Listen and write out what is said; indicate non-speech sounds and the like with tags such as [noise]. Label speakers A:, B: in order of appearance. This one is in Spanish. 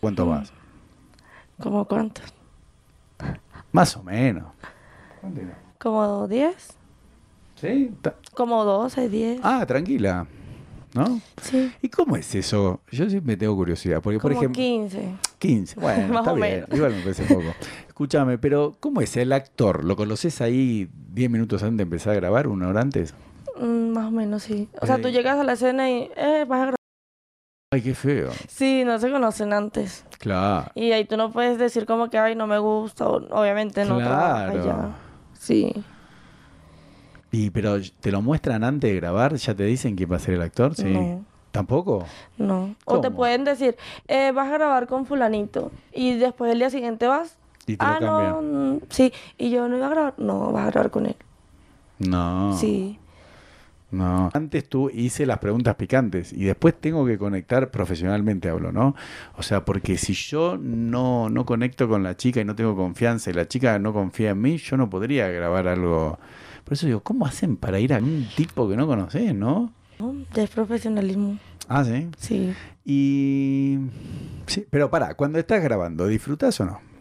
A: ¿Cuánto más?
B: ¿Como cuántos?
A: Más o menos.
B: ¿Como 10?
A: ¿Sí? Ta-
B: ¿Como 12, 10?
A: Ah, tranquila. ¿No?
B: sí.
A: ¿Y cómo es eso? Yo siempre tengo curiosidad. Porque, por
B: Como
A: ejemplo.
B: 15.
A: 15.
B: [laughs]
A: Bueno,
B: Más
A: está
B: o
A: bien.
B: menos.
A: Igual me parece poco. Escúchame, pero ¿cómo es el actor? ¿Lo conoces ahí 10 minutos antes de empezar a grabar, una hora antes?
B: Mm, más o menos, sí. O sea, tú
A: Ey.
B: llegas a la escena y, eh, vas a grabar.
A: Ay, qué feo.
B: Sí, no se conocen antes.
A: Claro.
B: Y ahí tú no puedes decir como que, ay, no me gusta, o- obviamente no trabajas
A: Claro.
B: ya. Sí.
A: Y pero te lo muestran antes de grabar, ya te dicen quién va a ser el actor, sí.
B: No.
A: ¿Tampoco?
B: No. O te
A: ¿Cómo?
B: pueden decir, eh, vas a grabar con fulanito. Y después el día siguiente vas.
A: Y te lo
B: ah, no, mm, sí. Y yo no iba a grabar. No, vas a grabar con él.
A: No.
B: Sí.
A: No. Antes tú hice las preguntas picantes y después tengo que conectar profesionalmente, hablo, ¿no? O sea, porque si yo no, no conecto con la chica y no tengo confianza y la chica no confía en mí, yo no podría grabar algo. Por eso digo, ¿cómo hacen para ir a un tipo que no conoces, no?
B: No, Ya es profesionalismo.
A: Ah, sí.
B: Sí.
A: Y. Sí, pero para, cuando estás grabando, ¿disfrutas o no?